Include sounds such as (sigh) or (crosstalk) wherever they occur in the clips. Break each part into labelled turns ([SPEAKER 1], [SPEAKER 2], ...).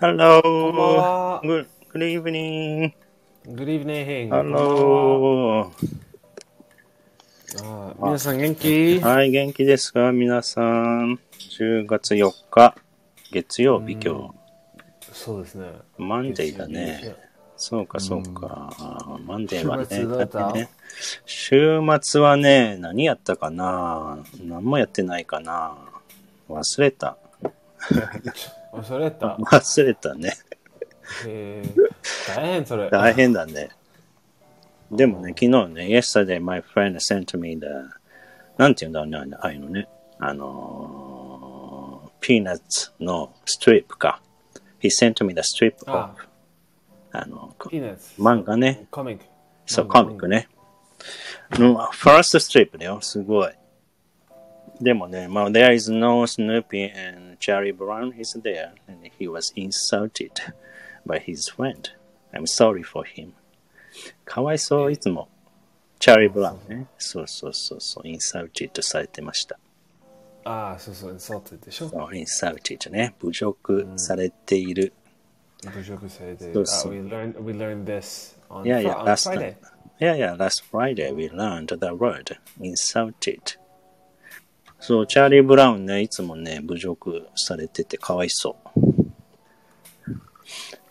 [SPEAKER 1] Hello.
[SPEAKER 2] こんばんは
[SPEAKER 1] Good, good evening.
[SPEAKER 2] Good evening.
[SPEAKER 1] Hello.
[SPEAKER 2] あー皆さん元気
[SPEAKER 1] はい、元気ですか皆さん。10月4日、月曜日今
[SPEAKER 2] そうですね。
[SPEAKER 1] 日。マンデーだね。。そうか、そうか。マンデーは
[SPEAKER 2] 週末どうだった
[SPEAKER 1] ね。週末はね、何やったかな何もやってないかな忘れた。
[SPEAKER 2] あ、それ
[SPEAKER 1] (laughs)
[SPEAKER 2] やった。
[SPEAKER 1] 忘れたね。
[SPEAKER 2] へえ。大変それ。
[SPEAKER 1] 大変だね。でもね、昨日ね、yesterday my friend sent me the, なんて言うんだろうねあの、ああいうのね、あのー、ピーナッツのストリップか。He sent me the strip of,
[SPEAKER 2] あ
[SPEAKER 1] あの、
[SPEAKER 2] いいね。
[SPEAKER 1] 漫画ね、
[SPEAKER 2] コミック。
[SPEAKER 1] そう、コミックね。の、first strip だよ、すごい。でもね、まあ、there is no Snoopy and Jerry Brown is there, and he was insulted by his friend. I'm sorry for him. かわいそう、いつも。チャーリー・ブラウンね。そうそうそうそう、insulted されてました。
[SPEAKER 2] ああ、そうそう、インサルトでしょ。
[SPEAKER 1] そう insulted ね。侮辱されている。
[SPEAKER 2] 侮辱されて。
[SPEAKER 1] そうそう
[SPEAKER 2] Ah, We learned, we learned this on
[SPEAKER 1] いやいや、
[SPEAKER 2] Fri- on
[SPEAKER 1] ラスト。
[SPEAKER 2] Friday.
[SPEAKER 1] いやいや、last Friday we learned the word insulted. そう、チャーリー・ブラウンね、いつもね、侮辱されててかわいそう。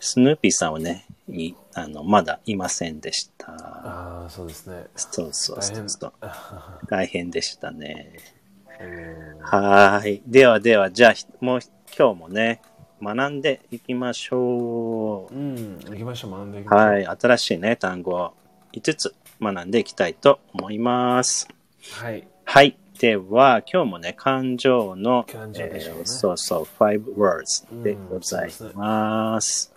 [SPEAKER 1] スヌーピーさんはね、いあのまだいませんでした。
[SPEAKER 2] ああ、そうですね。
[SPEAKER 1] そうそう
[SPEAKER 2] 大
[SPEAKER 1] そ
[SPEAKER 2] 変
[SPEAKER 1] うそう。大変でしたね。
[SPEAKER 2] うん
[SPEAKER 1] はーい。ではでは、じゃあ、ひもう今日もね、学んでいきましょう。
[SPEAKER 2] (laughs) うん、行きましょう、学んでいきましょう。
[SPEAKER 1] はい。新しいね、単語を5つ学んでいきたいと思います。
[SPEAKER 2] はい。
[SPEAKER 1] はい。では、今日もね、感情の、
[SPEAKER 2] 感情でしょうね
[SPEAKER 1] えーそうそう、5 words でございます。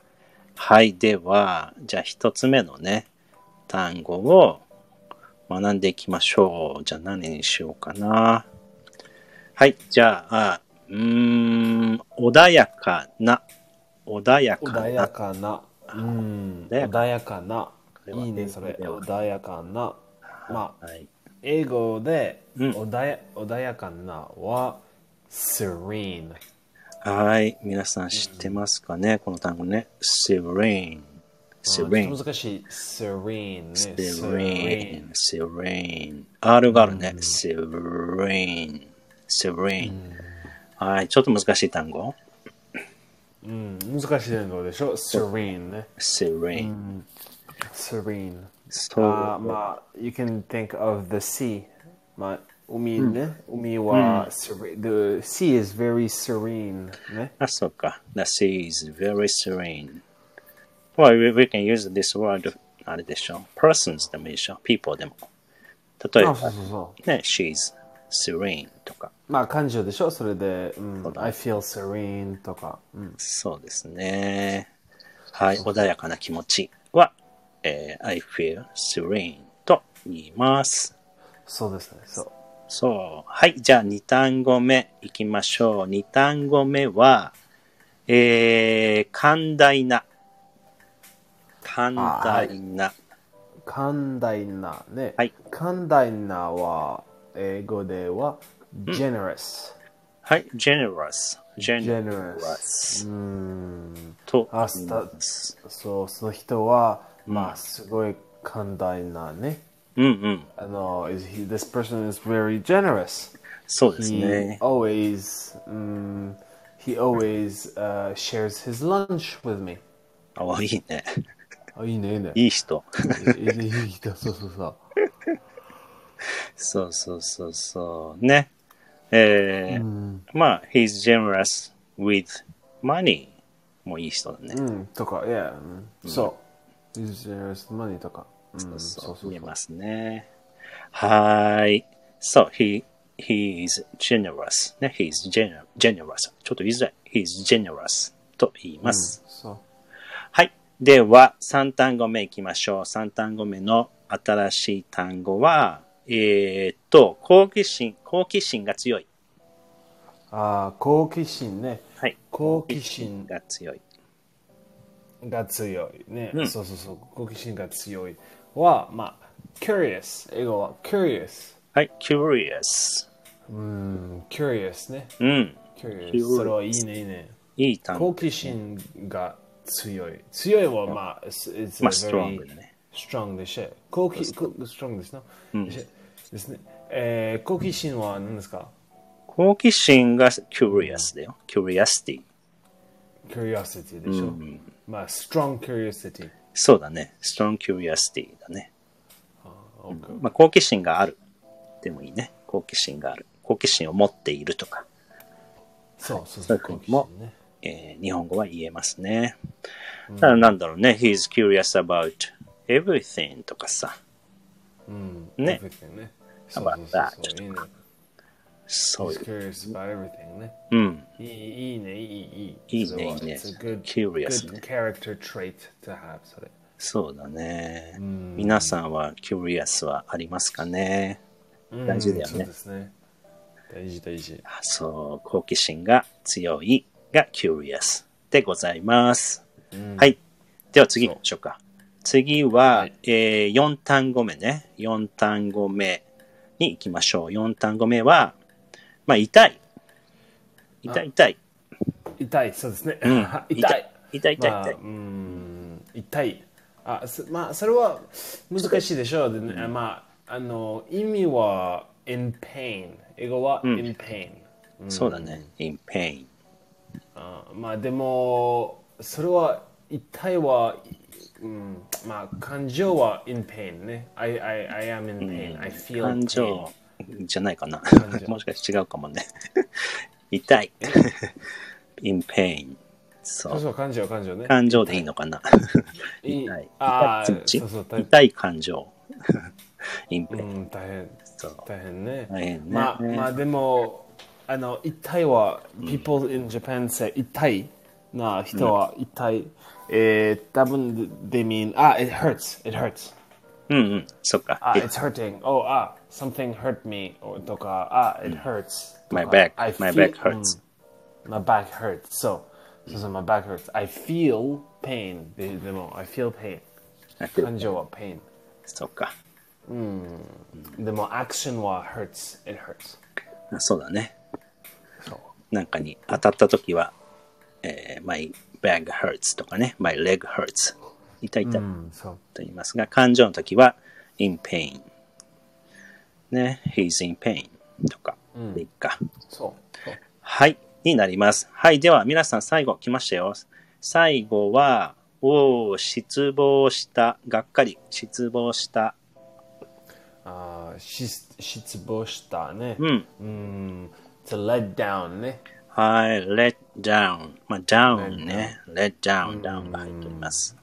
[SPEAKER 1] はい。では、じゃあ一つ目のね、単語を学んでいきましょう。じゃあ何にしようかな。はい。じゃあ、あうーん、穏やかな。穏やかな。
[SPEAKER 2] 穏やかな。うん。
[SPEAKER 1] 穏やか
[SPEAKER 2] 穏やかな。
[SPEAKER 1] れはい
[SPEAKER 2] いね、それ。
[SPEAKER 1] 英語で
[SPEAKER 2] 穏やかな。まあ、
[SPEAKER 1] はい。
[SPEAKER 2] 英語で
[SPEAKER 1] うん
[SPEAKER 2] 穏や,、穏やかなは serene。
[SPEAKER 1] はい。皆さん知ってますかね、この単語ね。serene。
[SPEAKER 2] ち
[SPEAKER 1] serene
[SPEAKER 2] ょっ。と難しい serene ね。
[SPEAKER 1] serene, serene. R があるね。serene, serene. はい、ちょっと難しい単語。
[SPEAKER 2] serene うん、難しい言語でしょ serene ね。
[SPEAKER 1] serene.
[SPEAKER 2] serene。
[SPEAKER 1] そう。
[SPEAKER 2] あーまあ、you can think of the sea. まあ、海ね。海は、serene. The sea is very serene ね。
[SPEAKER 1] あ、そうか。The sea is very serene. Well, we, we can use this word, あれでしょ。persons でもいいでしょ。people でも。例え
[SPEAKER 2] あ、
[SPEAKER 1] ば
[SPEAKER 2] そう、そうそう。
[SPEAKER 1] ね、she's serene とか。
[SPEAKER 2] まあ感情でしょそれで、うん
[SPEAKER 1] そうだ
[SPEAKER 2] I feel serene とか、うん、
[SPEAKER 1] そうですね。はい、穏やかな気持ちは、えー I feel serene と言います。
[SPEAKER 2] そうですね、そう。
[SPEAKER 1] そう。はい、じゃあ2単語目いきましょう。2単語目は、えー、寛大な。寛大な。
[SPEAKER 2] 寛大なね。
[SPEAKER 1] はい
[SPEAKER 2] 寛大なは、英語では、generous。
[SPEAKER 1] はい、generous。
[SPEAKER 2] generous。
[SPEAKER 1] generous
[SPEAKER 2] うん。
[SPEAKER 1] と
[SPEAKER 2] あ
[SPEAKER 1] 言い
[SPEAKER 2] スタ
[SPEAKER 1] ます。
[SPEAKER 2] そう、その人は、まあ、すごい寛大なね。
[SPEAKER 1] うんうん。
[SPEAKER 2] あの、is he, this person is very generous.
[SPEAKER 1] そうです
[SPEAKER 2] He
[SPEAKER 1] ね。
[SPEAKER 2] always, うん、he always、uh, shares his lunch with me.
[SPEAKER 1] あ、いいね。
[SPEAKER 2] あ、いいね、いいね。
[SPEAKER 1] いい人。
[SPEAKER 2] いいい人そうそうそう。
[SPEAKER 1] そうそうそうそう。ね。えーまあ、he's generous with money もいい人だね。
[SPEAKER 2] うん、とか、いや、うんそう。Use generous money とか。うん、
[SPEAKER 1] そう
[SPEAKER 2] そう
[SPEAKER 1] 見えますね。はーい。そう、he, he is generous. ね、he is gener- generous. ちょっと言いづらい。he is generous と言います。
[SPEAKER 2] そう。
[SPEAKER 1] はい。では、3単語目いきましょう。3単語目の新しい単語は、えーっと、好奇心、好奇心が強い。
[SPEAKER 2] ああ、好奇心ね。
[SPEAKER 1] はい。
[SPEAKER 2] 好奇心
[SPEAKER 1] が強い。
[SPEAKER 2] が強いね。そうそうそう。好奇心が強いは、まあ、curious。英語は curious。
[SPEAKER 1] はい、curious。
[SPEAKER 2] うん、curious ね。
[SPEAKER 1] うん。
[SPEAKER 2] curious。それはいいね、いいね。
[SPEAKER 1] いい単
[SPEAKER 2] 好
[SPEAKER 1] 語。
[SPEAKER 2] 奇心が強い。強いはまあ、it's, it's
[SPEAKER 1] ま
[SPEAKER 2] a
[SPEAKER 1] あ、ストロング
[SPEAKER 2] very
[SPEAKER 1] でね。
[SPEAKER 2] strong でしょ。好奇、strong ですな。ですね。えー、好奇心は何ですか
[SPEAKER 1] 好奇心が curious だよ。curiosity。
[SPEAKER 2] ?curiosity でしょ。
[SPEAKER 1] Mm.
[SPEAKER 2] まあ、strong curiosity。
[SPEAKER 1] そうだね。strong curiosity だね。
[SPEAKER 2] Okay.
[SPEAKER 1] まあ、好奇心がある。でもいいね。好奇心がある。好奇心を持っているとか、
[SPEAKER 2] そうそうそ
[SPEAKER 1] そ
[SPEAKER 2] う、
[SPEAKER 1] う
[SPEAKER 2] 好
[SPEAKER 1] いう
[SPEAKER 2] 奇
[SPEAKER 1] のも
[SPEAKER 2] 心ね。
[SPEAKER 1] えー日本語は言えますね。ただなんだろうね。he's curious about everything とかさ。
[SPEAKER 2] うん。
[SPEAKER 1] ね
[SPEAKER 2] everything eh? ね。そうそうそう
[SPEAKER 1] About that. Oh,
[SPEAKER 2] そう。いいね。
[SPEAKER 1] そういう。
[SPEAKER 2] He's curious about everything eh? ね。
[SPEAKER 1] うん。
[SPEAKER 2] いいいいね、いい、い
[SPEAKER 1] い
[SPEAKER 2] い。
[SPEAKER 1] いねいいね
[SPEAKER 2] It's a good,
[SPEAKER 1] Curious
[SPEAKER 2] good
[SPEAKER 1] ね
[SPEAKER 2] character trait to have, それ。
[SPEAKER 1] そうだね。皆さんは curious はありますかね大事だよ
[SPEAKER 2] そう
[SPEAKER 1] ね
[SPEAKER 2] で。すね。大事、大事。
[SPEAKER 1] あそう、好奇心が強いが curious でございます。はい。では次行きましょうか。次は、
[SPEAKER 2] はい
[SPEAKER 1] え4単語目ね。4単語目に行きましょう。4単語目は、まあ、痛い。痛い痛い。
[SPEAKER 2] 痛い、そうですね。 (laughs) 痛い。
[SPEAKER 1] 痛い痛い痛い痛い
[SPEAKER 2] まあうん痛い。あ、すまあ、それは難しいでしょう。でねまあ、あの、意味は in pain。英語は in pain。
[SPEAKER 1] そうだね。in pain。
[SPEAKER 2] あまあ、でも、それは痛いは、うん、まあ、感情は in pain ね。I, I, I am in pain. I feel pain.
[SPEAKER 1] 感情じゃないかな
[SPEAKER 2] 情。
[SPEAKER 1] もしかして違うかもね。痛い。in pain。そ
[SPEAKER 2] そう
[SPEAKER 1] う。
[SPEAKER 2] そう、感情、感情ね。
[SPEAKER 1] 感情でいいのかな。
[SPEAKER 2] い
[SPEAKER 1] 痛い
[SPEAKER 2] ああ、
[SPEAKER 1] 痛い気
[SPEAKER 2] そう
[SPEAKER 1] 持
[SPEAKER 2] そう、
[SPEAKER 1] ち
[SPEAKER 2] 大
[SPEAKER 1] 痛い感情。in
[SPEAKER 2] う
[SPEAKER 1] pain。
[SPEAKER 2] ん、大変。
[SPEAKER 1] そう
[SPEAKER 2] 大変ね。
[SPEAKER 1] 大変ね
[SPEAKER 2] まあ、まあ、でも、あの、痛いは、people in Japan say 痛いな人は痛い。えー、多分、they mean, あ、it hurts, it hurts.
[SPEAKER 1] うんうん。そっか。
[SPEAKER 2] あ、
[SPEAKER 1] It-
[SPEAKER 2] it's hurting. Oh, あ、something hurt me. Oh, とか、あ、it hurts.
[SPEAKER 1] My
[SPEAKER 2] とか
[SPEAKER 1] back.
[SPEAKER 2] I
[SPEAKER 1] My
[SPEAKER 2] feel-
[SPEAKER 1] back hurts.
[SPEAKER 2] うん My back hurts. そう。そうそう、my back hurts. I feel pain. ででも、I feel pain. 感情は pain.
[SPEAKER 1] そっか。
[SPEAKER 2] でも、action は hurts. It hurts.
[SPEAKER 1] あそうだね。
[SPEAKER 2] そう。
[SPEAKER 1] なんかに当たった時は、えー my back hurts とかね、my leg hurts。痛い痛い。
[SPEAKER 2] うん、そう。
[SPEAKER 1] と言いますが、感情の時は、in pain。ね、he's in pain とか、でいいか。
[SPEAKER 2] そう。そう
[SPEAKER 1] はい、になります。はい、では皆さん最後来ましたよ。最後は、おー、失望した、がっかり、失望した。
[SPEAKER 2] あーし失望したね。
[SPEAKER 1] うん。
[SPEAKER 2] うん。to let down ね。
[SPEAKER 1] はい、let down。まあ、down ね。let down、down が入っております。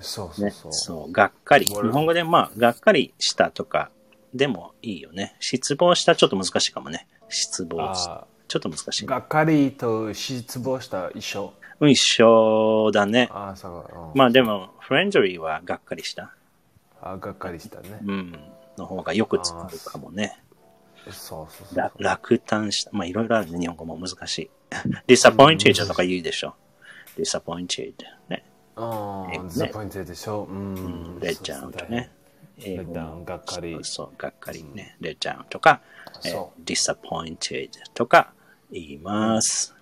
[SPEAKER 2] そうそうそう。
[SPEAKER 1] そう、がっかり。日本語で、まあ、がっかりしたとかでもいいよね。失望した、ちょっと難しいかもね。失望した
[SPEAKER 2] あ。
[SPEAKER 1] ちょっと難しい。
[SPEAKER 2] がっかりと失望した一緒。
[SPEAKER 1] うん、一緒だね。
[SPEAKER 2] ああ、そう。うん
[SPEAKER 1] まあでも、フレンジョリーはがっかりした。
[SPEAKER 2] あーがっかりしたね。
[SPEAKER 1] うん。の方がよく使うかもね。
[SPEAKER 2] そうそうそう。
[SPEAKER 1] ら落胆した。まあいろいろあるね。日本語も難しい。disappointed とか言うでしょ。disappointed。ね。
[SPEAKER 2] ああ、disappointed でしょ。うん。
[SPEAKER 1] let down とね。英
[SPEAKER 2] let
[SPEAKER 1] 語
[SPEAKER 2] down がっかり。
[SPEAKER 1] そう、がっかりね。let down とか、えー
[SPEAKER 2] そ
[SPEAKER 1] disappointed とか言います。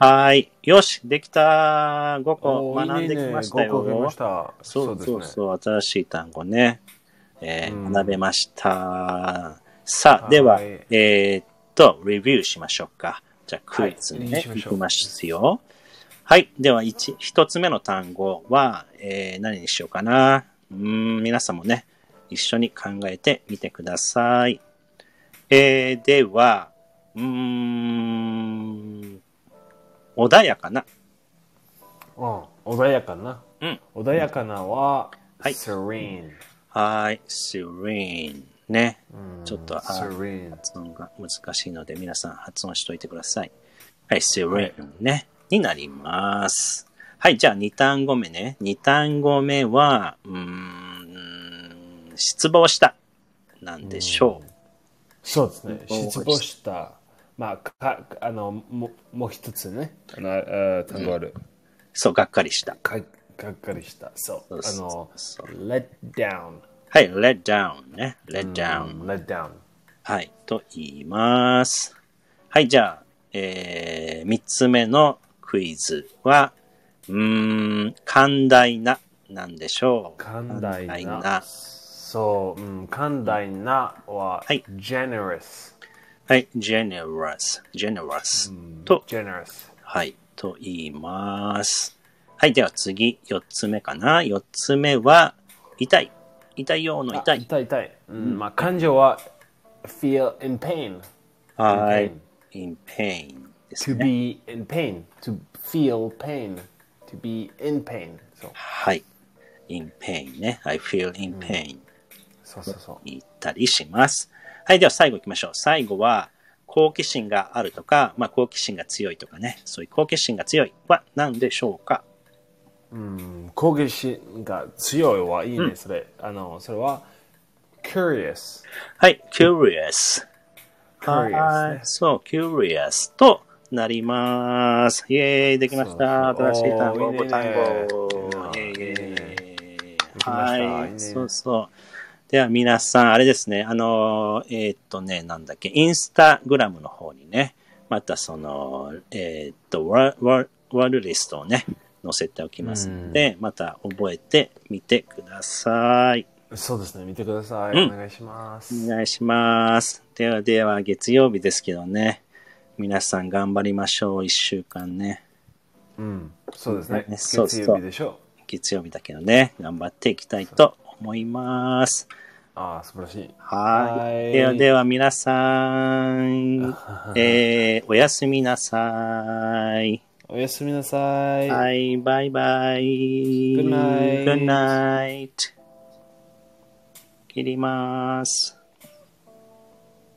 [SPEAKER 1] はい。よし、できた。5個
[SPEAKER 2] おー
[SPEAKER 1] 学んできましたよ。
[SPEAKER 2] いいねご興味ました。
[SPEAKER 1] そう
[SPEAKER 2] で
[SPEAKER 1] そう
[SPEAKER 2] す
[SPEAKER 1] そう
[SPEAKER 2] ね。
[SPEAKER 1] 新しい単語ね、えー学べました。さあ、では、
[SPEAKER 2] はい
[SPEAKER 1] えーっと、レビューしましょうか。じゃあ、クイズに
[SPEAKER 2] はい
[SPEAKER 1] ね、
[SPEAKER 2] レビュ
[SPEAKER 1] い
[SPEAKER 2] ーしましょ
[SPEAKER 1] き
[SPEAKER 2] う
[SPEAKER 1] ますよ。はい。では、一、一つ目の単語は、えー何にしようかな。うーん、皆さんもね、一緒に考えてみてください。えーでは、うーん、穏やかな。
[SPEAKER 2] うん。穏やかな。
[SPEAKER 1] うん。
[SPEAKER 2] 穏やかなは、
[SPEAKER 1] はい
[SPEAKER 2] serene。
[SPEAKER 1] はい、serene ね。ちょっと、あー
[SPEAKER 2] serene。
[SPEAKER 1] 発音が難しいので、皆さん発音しといてください。はい、serene ね、になります。はい、じゃあ2単語目ね。2単語目は、うーん、失望した。なんでしょう。
[SPEAKER 2] そうですね。
[SPEAKER 1] 失
[SPEAKER 2] 失
[SPEAKER 1] 望
[SPEAKER 2] 望した。まあ、かあのももう一つね、あのあ単語ある、
[SPEAKER 1] そう、がっかりした。
[SPEAKER 2] かがっかりした。そ
[SPEAKER 1] そ
[SPEAKER 2] う。
[SPEAKER 1] うそうそう
[SPEAKER 2] あの、let down。
[SPEAKER 1] はい、let down ね。let down。
[SPEAKER 2] let down。
[SPEAKER 1] はい、と言います。はい、じゃあ、えー、3つ目のクイズは、うーん、寛大な、なんでしょう。
[SPEAKER 2] 寛大な。
[SPEAKER 1] 寛大な
[SPEAKER 2] そう、うん、寛大なは、
[SPEAKER 1] はい
[SPEAKER 2] generous。
[SPEAKER 1] はい、generous, generous、と、
[SPEAKER 2] generous。
[SPEAKER 1] はい、と言います。はい、では次、四つ目かな。四つ目は、痛い。痛いようの痛い。
[SPEAKER 2] 痛い痛い。うん、まあ、感情は、feel in pain。
[SPEAKER 1] はい。in pain ですね
[SPEAKER 2] to。be in pain. to feel pain. to be in pain. そう
[SPEAKER 1] はい。in pain ね。I feel in pain、
[SPEAKER 2] そうそうそう。
[SPEAKER 1] 言ったりします。はい。では最後行きましょう。最後は、好奇心があるとか、まあ、好奇心が強いとかね。そういう好奇心が強いは何でしょうか
[SPEAKER 2] 攻撃心が強いはいいね、それ。あの、それは、curious。
[SPEAKER 1] はい。curious。
[SPEAKER 2] curious ね。
[SPEAKER 1] そう、curious となります。イェーイ、できました。
[SPEAKER 2] そう
[SPEAKER 1] 新しい単語、
[SPEAKER 2] おーいい
[SPEAKER 1] 5
[SPEAKER 2] ね
[SPEAKER 1] 単語。イ
[SPEAKER 2] いいね
[SPEAKER 1] ェーイイェーイ
[SPEAKER 2] きました
[SPEAKER 1] はい
[SPEAKER 2] いい
[SPEAKER 1] い、
[SPEAKER 2] ね
[SPEAKER 1] そうそう。では皆さん、あれですね、あの、えーっとね、なんだっけ、インスタグラムの方にね、またその、えーっと、ワワワールリストをね、載せておきますので、また覚えてみてください。
[SPEAKER 2] そうですね、見てください。
[SPEAKER 1] うん
[SPEAKER 2] お願いします。
[SPEAKER 1] お願いします。ではでは、月曜日ですけどね。皆さん頑張りましょう。一週間ね。
[SPEAKER 2] うん、そうですね。
[SPEAKER 1] ねそうそう
[SPEAKER 2] 月曜日でしょ
[SPEAKER 1] 月曜日だけどね、頑張っていきたいと思います。
[SPEAKER 2] う。ああ、素晴らしい。
[SPEAKER 1] は。
[SPEAKER 2] はいい
[SPEAKER 1] ではでは、皆さん、えー、おやすみなさい。
[SPEAKER 2] おやすみなさい。
[SPEAKER 1] はい、バイバイ。Good
[SPEAKER 2] night
[SPEAKER 1] Good night. 切ります。